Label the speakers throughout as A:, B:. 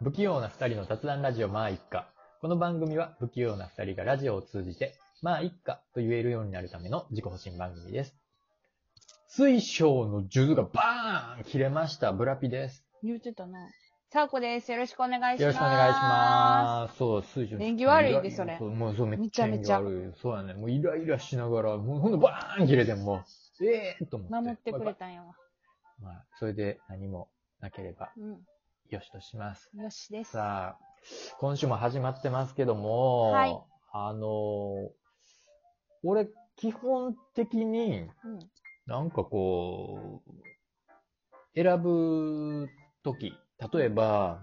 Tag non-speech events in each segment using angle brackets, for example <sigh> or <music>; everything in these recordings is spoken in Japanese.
A: 不器用な二人の雑談ラジオまあ一家。この番組は不器用な二人がラジオを通じて、まあ一家と言えるようになるための自己保身番組です。水晶の数珠がバーン切れました。ブラピです。
B: 言うてたな。さあこです。よろしくお願いします。
A: よろしくお願いします。そう、水晶
B: 縁起悪いでそれ
A: うもうそう、めっ
B: め
A: ち
B: ち
A: ゃ
B: ゃ
A: 縁
B: め
A: 起
B: ちゃ
A: 悪いよ。そうやね。もうイライラしながら、もうほんとバーン切れてもう、ええー、と思って。
B: 守ってくれたんやわ。
A: まあ、それで何もなければ
B: う
A: よしとします。
B: ん。よしです。
A: さあ、今週も始まってますけども、
B: はい
A: あのー俺、基本的に
B: うん。
A: なんかこう、選ぶとき、例えば、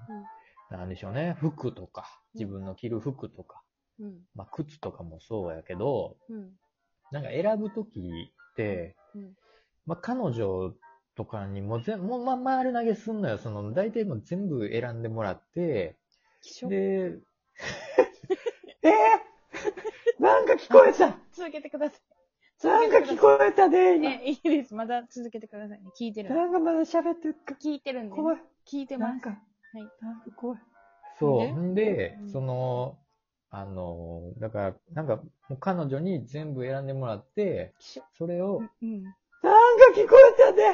A: なんでしょうね、服とか、自分の着る服とか、
B: うん。
A: まあ、靴とかもそうやけど、
B: うん。
A: なんか選ぶときって、
B: うん。
A: まあ、彼女とかにも全、もう、ま、丸投げすんのよ。その、大体もう全部選んでもらって、
B: 気
A: で <laughs>
B: 色、
A: えー、なんか聞こえた
B: 続けてください。
A: なんか聞こえたで、今。
B: え、いいです。まだ続けてくださいね。聞いてる。
A: なんかまだ喋ってるか。
B: 聞いてるんで。
A: 怖い。
B: 聞いて
A: な
B: ま
A: ん
B: す。
A: か、
B: い
A: なんか怖い。そう。
B: で
A: んで
B: う、ん
A: その、あの、だから、なんか、もう彼女に全部選んでもらって、
B: 気色。
A: それを、
B: うん。
A: なんか聞こえたでな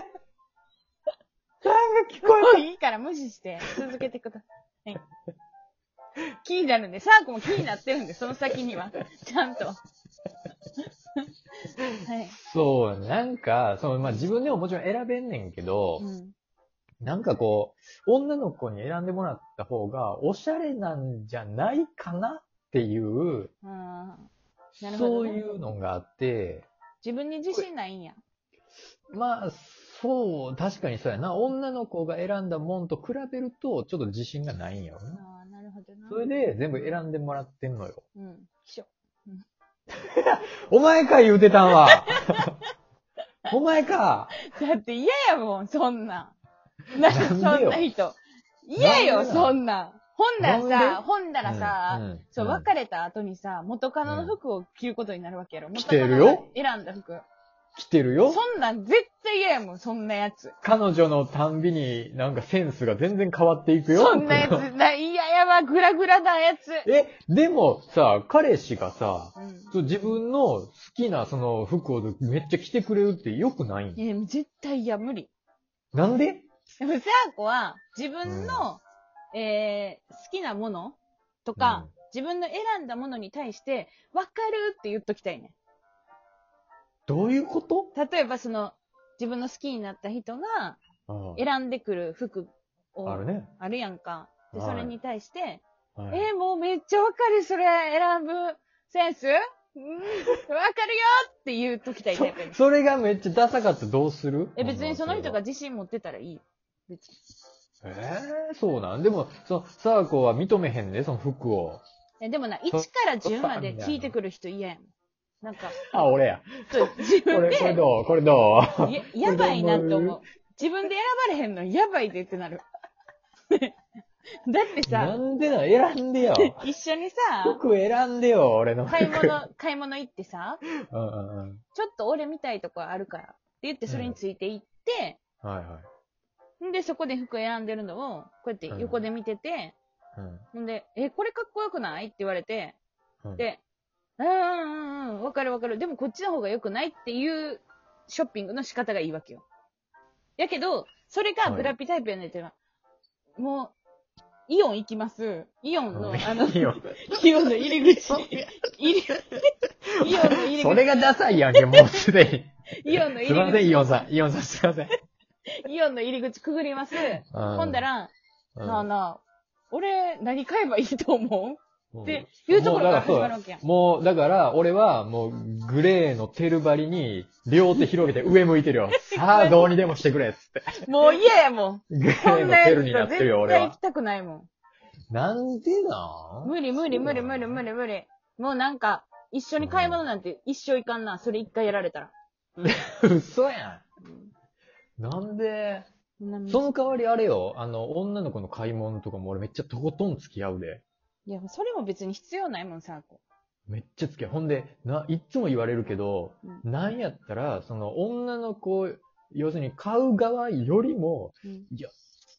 A: んか聞こ
B: もういいから無視して、続けてください。はい気になるんで、サークも気になってるんで、その先には。ちゃんと。はい。
A: そう、なんか、その、まあ、自分でももちろん選べんねんけど、
B: うん。
A: なんかこう、女の子に選んでもらった方が、おしゃれなんじゃないかなっていう、
B: あーなるほ
A: そ
B: ど
A: う
B: ね
A: いうのがあって、
B: 自分に自信ないんや。
A: まあ、そう、確かにそうやな。女の子が選んだもんと比べると、ちょっと自信がないんやろな。
B: ああ、なるほどな。
A: それで、全部選んでもらってんのよ。
B: うん。秘書。 <laughs>
A: お前か言うてたん
B: <laughs>
A: はお前か
B: だって嫌やもん、そんなん。な
A: な
B: ん
A: ん
B: そ
A: で
B: ん
A: よ
B: な人。嫌
A: な
B: よ、
A: んでなん
B: そんなん。ほんな
A: なん
B: ら
A: で
B: さ、ほんだらさ、
A: んん
B: そう、
A: ん
B: 別れた後にさ、元カノの服を着ることになるわけやろ。
A: 着
B: 元
A: て
B: カ
A: る
B: ノが
A: よ
B: 選んだ服。
A: 来てるよ
B: そんなん絶対嫌やもん、そんなやつ。
A: 彼女のたんびになんかセンスが全然変わっていくよ。
B: そ
A: <laughs>
B: んなやつ、な、嫌やわ、グラグラなやつ。
A: え、でもさ、彼氏がさ、
B: うん。
A: そう自分の好きなその服をめっちゃ着てくれるって良くないん
B: いや、絶対嫌、無理。
A: なんで
B: でも、さあこは、自分の、えー、好きなものとか、自分の選んだものに対して、わかるって言っときたいね。
A: どういうこと
B: 例えば、その、自分の好きになった人が、
A: うん
B: 選んでくる服を、
A: あるね。
B: あるやんか。で、
A: はい
B: それに対して、
A: はい
B: えー、もうめっちゃわかる、それ、選ぶセンスうん、わかるよって言っときたいタイプやね
A: <laughs> そそれがめっちゃダサかったらどうする
B: え、別にその人が
A: え
B: 自信持ってたらいい。別に。
A: えーそうなんでも、その、サーコは認めへんね、その服を。
B: え、でもな、1から10まで聞いてくる人嫌やもん。なんか、
A: あ、俺や。
B: そう自
A: こ
B: 分
A: れ、
B: で、
A: これどうこれどう
B: や、やばいなって
A: これどう
B: 思う。自分で選ばれへんのやばいでってなる。 <laughs> だって
A: な
B: さ、
A: んでな、選んでよ。
B: 一緒にさ、
A: 服選んでよ、俺の服。
B: 買い物、買い物行ってさ、
A: うんうんうん。
B: ちょっと俺見たいとこあるからって言ってそれについて行って、
A: はいはい。
B: んでそこで服選んでるのを、こうやって横で見てて、
A: うん。
B: ほんで、え、これかっこよくないって言われて、
A: うん、
B: で、うんうんうんうん、わかるわかる。でもこっちの方が良くないっていうショッピングの仕方がいいわけよ。やけど、それがブラピタイプやねんってのは、もう、イオン行きます。イオンの、あ
A: <laughs>
B: の、
A: いいよ
B: イオンの入り口。入りイオンの入
A: <laughs>
B: り
A: それ
B: 口。
A: がダサいやんけ、もうすで
B: イオンの
A: に。
B: 入
A: すいません、
B: り
A: イオンさん。イオンさん、すいません。
B: 口。イオンの入り口くぐります。ほんだら、
A: うん、
B: なあなあ、俺、何買えばいいと思
A: うん
B: うっていうところから始まるわけやん。
A: もう、だから、俺は、もう、グレーのテルバリに、両手広げて上向いてる <laughs> よ。さあ、どうにでもしてくれ、つって。
B: もう嫌やも
A: <laughs>
B: ん。
A: グレー
B: こん
A: の
B: なや
A: テル
B: つ
A: に
B: と
A: なってるよ、俺
B: 絶対行
A: は
B: き。たくないもん。
A: なんでなん
B: 無理無理無理無理無理無理。もうなんか、一緒に買い物なんて一生いかんな。それ一回やられたら。
A: 嘘やん。なんで
B: うん
A: その代わりあれよ、あの、女の子の買い物とかも俺めっちゃとことん付き合うで。
B: いや、それも別に必要ないもんさ、こ
A: めっちゃ付き合う。ほんで、な、いっつも言われるけど、
B: う。うん
A: なんやったら、その女の子、要するに買う側よりも、
B: うん
A: いや、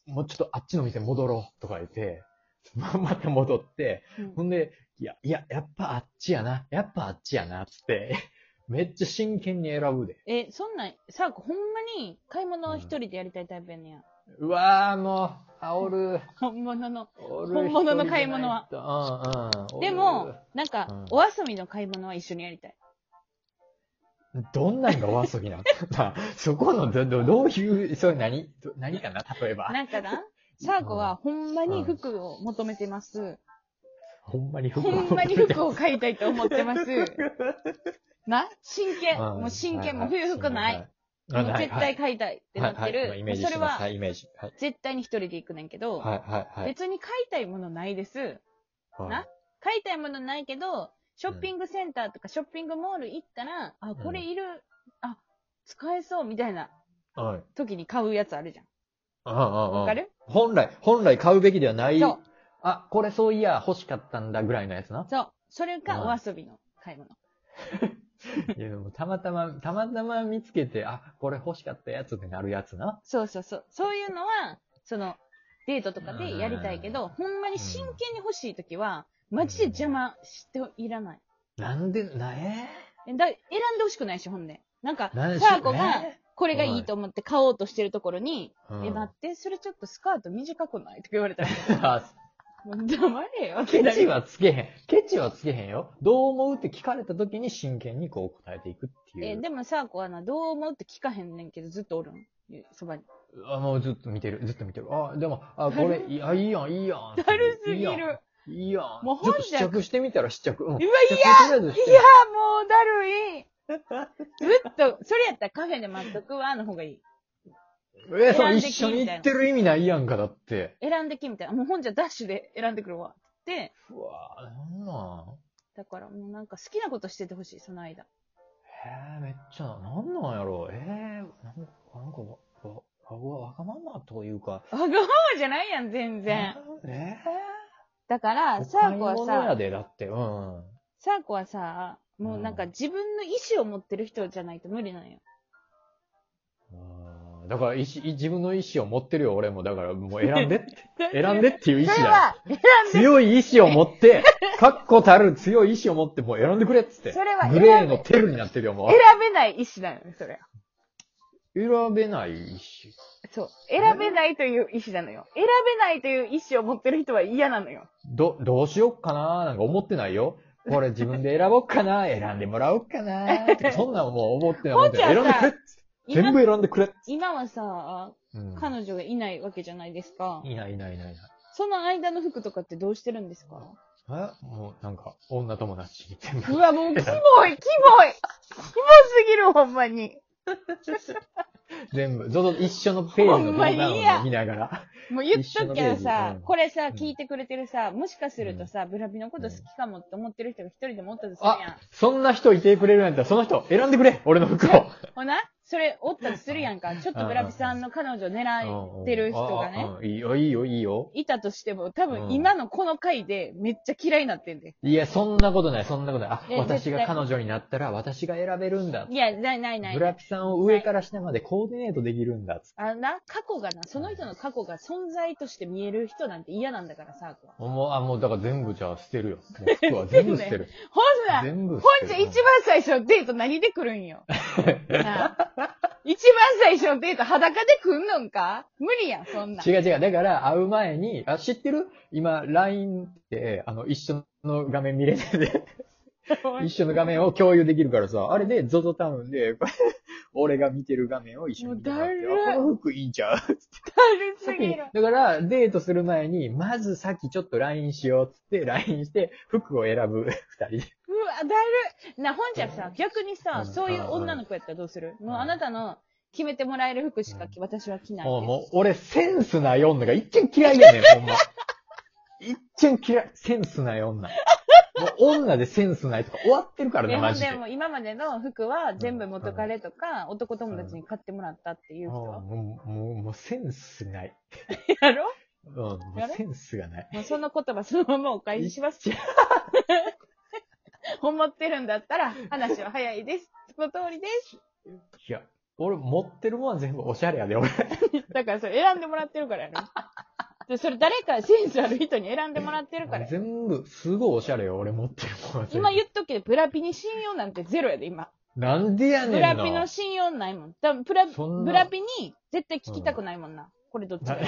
A: もうちょっとあっちの店戻ろうとか言って、ままた戻って、ほんで、いや、いや、やっぱあっちやな、やっぱあっちやな、つって、めっちゃ真剣に選ぶで。
B: え、そんなん、さあ、ほんまに買い物を一人でやりたいタイプやねんや。
A: うわーもう、あおる。
B: 本物の。
A: おる
B: 本物の買い物は。
A: 一人じゃないとうんうん。
B: で
A: おる
B: も、、なんか
A: うん、
B: お遊びの買い物は一緒にやりたい。
A: どんなんがお遊びなの <laughs> なそこの、ど、ど、どういう、それ何、ど何かな例えば。
B: なんかな、サーコはほんまに服を求めてます。
A: ほんまに服
B: ほ
A: を
B: んまに服を買いたいと思ってます。な真剣。
A: うん
B: もう真剣。
A: は
B: もう冬服ない。。
A: は
B: もう絶対買いたいってなって
A: はいはいはいはい
B: る。
A: イ
B: も
A: メー
B: う
A: ジ
B: それ
A: します。
B: は
A: はい、イメージ。はい、
B: 絶対に一人で行くねんけど、
A: はい、はいはい。
B: 別に買いたいものないです。
A: はい
B: な買いたいものないけど、ショッピングセンターとかショッピングモール行ったら、あ、これいる、あ、使えそうみたいな
A: はい。
B: 時に買うやつあるじゃん。わ
A: わ
B: かる
A: 本来、本来買うべきではない
B: そう。
A: あ、これそういや、欲しかったんだぐらいのやつな。 <laughs>
B: そう。それか
A: うん
B: お遊びの買い物。
A: いや、でもたまたま、たまたま見つけて、あ、これ欲しかったやつってなるやつな。
B: そうそうそう。そういうのは、その、デートとかでやりたいけど、ほんまに真剣に欲しいときは、マジで邪魔していらない。
A: なんで、な、え
B: えだ選んでほしくないし、ほんで。なんか、
A: ー、なん
B: サーコが、これがいいと思って買おうとしてるところに、
A: う
B: え、
A: ん
B: 待って、それちょっとスカート短くないとか言われたら、
A: あ
B: もう黙れよって
A: ケ
B: な
A: チ
B: る。
A: はつけへん。ケチはつけへんよ。どう思うって聞かれた時に真剣にこう答えていくってい
B: え、
A: う。
B: でもサーコはな、どう思うって聞かへんねんけど、ずっとおるん。そばに。
A: あ、もうずっと見てる。ずっと見てる。あ、でも、あ、こ
B: <laughs>
A: れ、いや、いいやん、いいやん。
B: だるす
A: いい
B: ぎ
A: やん
B: る。
A: いいやん。
B: もう
A: ちょっと
B: 本じ
A: 試
B: ゃ
A: 着してみたら試着。うん。
B: うわ
A: 試着とりあえずして
B: いや、もうだるい。ずっと、それやったらカフェで待っとくわ、の方がいい。
A: え、そう、
B: 選んで
A: 一
B: き
A: 緒に行ってる意味ないやんか、だって。
B: 選んできみたいな。もうほんじゃダッシュで選んでくるわ。って、
A: うわぁ、なんなん
B: だからもうなんか好きなことしててほしい、その間。
A: えー、めっちゃ、なんなんやろう。えー、なんか、なんか、わ、わ、わわがままというか。
B: わがままじゃないやん、全
A: な
B: 然。
A: んえ
B: だか
A: ー、
B: ら、サーコは
A: お買い物や
B: さ、
A: で、だって、うん。
B: サーコはさ、もうなんか自分の意思を持ってる人じゃないと無理なんよ。
A: うんだから意思、自分の意思を持ってるよ、俺も。だから、もう選ん
B: <laughs>
A: でって、選んでっていう意
B: そ
A: 思だ。
B: れは、
A: 強い意志を持って、かっこたる強い意志を持って、もう選んでくれっつって。
B: それは選べ
A: グレーのテルになってるよ、もう。
B: 選べない意思だよね、それは。
A: 選べない意志。
B: そう。選べないという意思なのよ。選べないという意思を持ってる人は嫌なのよ。
A: ど、どうしよっかななんか思ってないよ。これ自分で選ぼっかな選んでもらおうかなとかそんなんもう思ってない。思ってない選
B: ほん
A: ん
B: じゃ
A: で
B: さ
A: くれ全
B: 今
A: 部選んでくれ、
B: 今はさ、
A: うん、
B: 彼女がいないわけじゃないですか。
A: いないいないいないいない。
B: その間の服とかってどうしてるんですか
A: えもうなんか、女友達に全
B: う
A: 部。
B: わ、もうキモい、キモい、 <laughs> キモすぎる、ほんまに。
A: 全部。どうぞ一緒のページの
B: ほんまに
A: 動画を見ながら。
B: もう言っとくけど
A: 一緒のペー
B: さ
A: ジう、ん
B: これさ、
A: うん
B: 聞いてくれてるさ、もしかするとさ、ブラピのこと好きかもって思ってる人が一人でもおったとするや
A: あ、そんな人いてくれるんやったら、その人選んでくれ俺の服を。
B: ん。ほな、それおったとするやんか。ちょっとブラピさんの彼女狙ってる人が
A: う
B: ね
A: ん、うんうんいいよ、いいよ、いいよ。
B: いたとしても、多
A: う
B: 分
A: ん
B: 今のこの回でめっちゃ嫌いになってんで。
A: いや、そんなことない、そんなことない。あ
B: え、
A: 私が
B: 絶対
A: 彼女になったら、私が選べるんだ
B: い。や、ないないな
A: ブ
B: い。
A: ラピさんを上から下までコーディネートできるんだ。つって
B: あな、過去がな、その人の過去が存在として見える人なんて嫌なんだからさ、こう
A: もう、あ、もう、だから全部じゃあ捨てる <laughs> よ。もう服は全部捨 <laughs> てる。
B: ほんなら
A: 全部捨
B: ほん
A: てる。
B: じゃ一番最初のデート何で来る
A: <laughs>
B: んよ。なあ一番最初のデート裸で来んのんか無理やん、そんなん。
A: 違う違う。だから、会う前に、あ、知ってる今、LINE って、あの、一緒の画面見れて <laughs> て、一緒の画面を共有できるからさ、あれで、ZOZO タウンで、これ俺が見てる画面を一緒に見てもらって
B: もうだるい
A: あこの服いいんちゃう
B: 軽すぎ
A: 先に
B: る。
A: だから、デートする前に、まずさっきちょっと LINE しようっつって、LINE して、服を選ぶ <laughs> 二人で。
B: うわ、だる。な、ほんじゃさ、逆にさ、
A: うん
B: そういう女の子やったらどうする
A: ん
B: もうあなたの決めてもらえる服しか着私は着ない
A: もう、
B: で
A: もう、俺、センスない女が一見嫌いや <laughs> ねん、ほんま。一見嫌い。センスない女。もう、女でセンスないとか終わってるから
B: す。で
A: ね、マ
B: も
A: ジで。
B: で
A: うん
B: も今までの服は全部元彼とか男友達に買ってもらったっていう人は。
A: もう、もう、もうセンスない。
B: やろ
A: うん、もう
B: やろ
A: センスがない。
B: もうその言葉そのままお返しします。思ってるんだったら話は早いです。その通りです。
A: いや、俺持ってるもんは全部おしゃれやで、俺。
B: だからそれ選んでもらってるからやろ。で、それ誰かセンスある人に選んでもらってるからや。
A: 全部、すごいおしゃれよ、俺持ってるもんは全部。
B: 今言っとくけど、プラピに信用なんてゼロやで、今。
A: なんでやね
B: プ
A: んな。
B: ラピの信用ないもん。多分プラ、
A: そんな
B: プラピに絶対聞きたくないもんな。これどっち
A: な
B: だ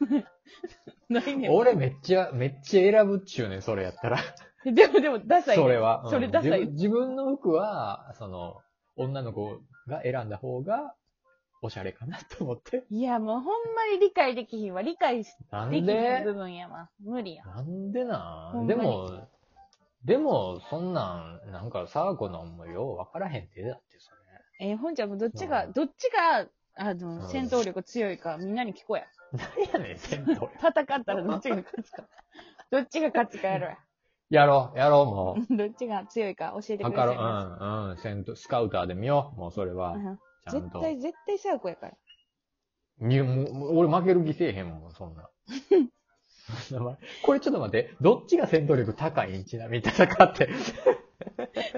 B: <laughs> ないねん。
A: <laughs> 俺めっちゃ、めっちゃ選ぶっちゅうねん、それやったら。
B: でもでも、ダサいね。
A: それは。うん
B: それダサ
A: 自
B: い
A: 分。。自分の服は、その、女の子が選んだ方が、おしゃれかなと思って。
B: いや、もうほんまに理解できひんわ。理解し
A: なん
B: できひん
A: で
B: 部分やわ。無理や。
A: なんでな
B: ほん
A: ん
B: ま
A: で
B: に
A: も、でも、そんなん、なんか、サーコのもよう分からへんて、だってそ
B: えー、ほんちゃんもどっちが、
A: うん
B: どっちが、あ
A: う
B: の、
A: ん
B: 戦闘力強いか、みんなに聞こうや。
A: れ。何やねん、戦闘
B: <laughs>
A: 力。
B: 戦ったらどっちが勝つか。
A: <laughs>
B: どっちが勝つかやろうや。
A: やろう、やろう、もう。
B: どっちが強いか教えてく
A: わ
B: だ
A: か
B: さ
A: ろ
B: い。
A: う、うん、うん、戦闘、スカウターで見よう、もうそれは。
B: うん
A: ちゃん
B: 絶
A: と。
B: 対、絶対サーコやから。
A: いや、もう、もう俺負ける気せえへんもん、そんな。そんな <laughs> これちょっと待って、どっちが戦闘力高いんちなみに戦って。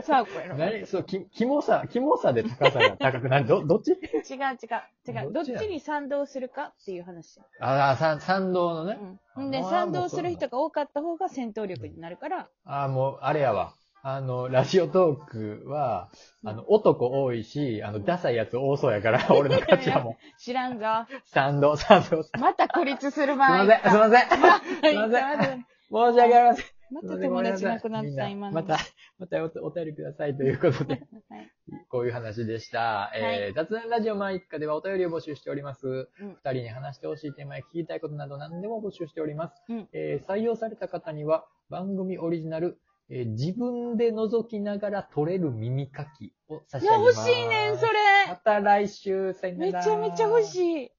B: サーコやろ。違う
A: 何そう、き、キモさ、キモさで高さ <laughs> が高くなる。ど、どっち
B: 違う。違う。ど
A: ど
B: っ
A: っち
B: ち
A: や
B: に賛同するかっていう話や。
A: ああ、賛、賛同のね。
B: うん。んで、
A: あ
B: 賛同する人が多かった方が戦闘力になるから、
A: ああ、もう、あれやわ。あの、ラジオトークは、あの、男多いし、あの、ダサいやつ多そうやから、俺の勝ちやもん。
B: 知らんぞ。
A: <laughs> 賛同、賛同。すい
B: また孤立する場
A: ま
B: 合
A: せん、すい
B: か。
A: ません。
B: はい <laughs>
A: すいません
B: また
A: 申し訳ありません。
B: ま
A: ご
B: た
A: めん
B: 友
A: な
B: 達
A: さい
B: なくなった、
A: みん
B: 今
A: な
B: の。
A: また、 <laughs> またおお便りくださいということ
B: <laughs>
A: で。
B: はい
A: こういう話でした。
B: は
A: えー、雑談ラジオ毎日課ではお便りを募集しております。
B: う
A: 二、
B: ん
A: 人に話してほしいテーマや聞きたいことなど何でも募集しております。
B: うん
A: えー採用された方には番組オリジナル、えー自分で覗きながら取れる耳かきを差し
B: い
A: 上
B: や、
A: げま
B: 欲
A: す。
B: しいねん、それ。
A: また来週、さよな
B: め
A: ら
B: ちゃめちゃ欲しい。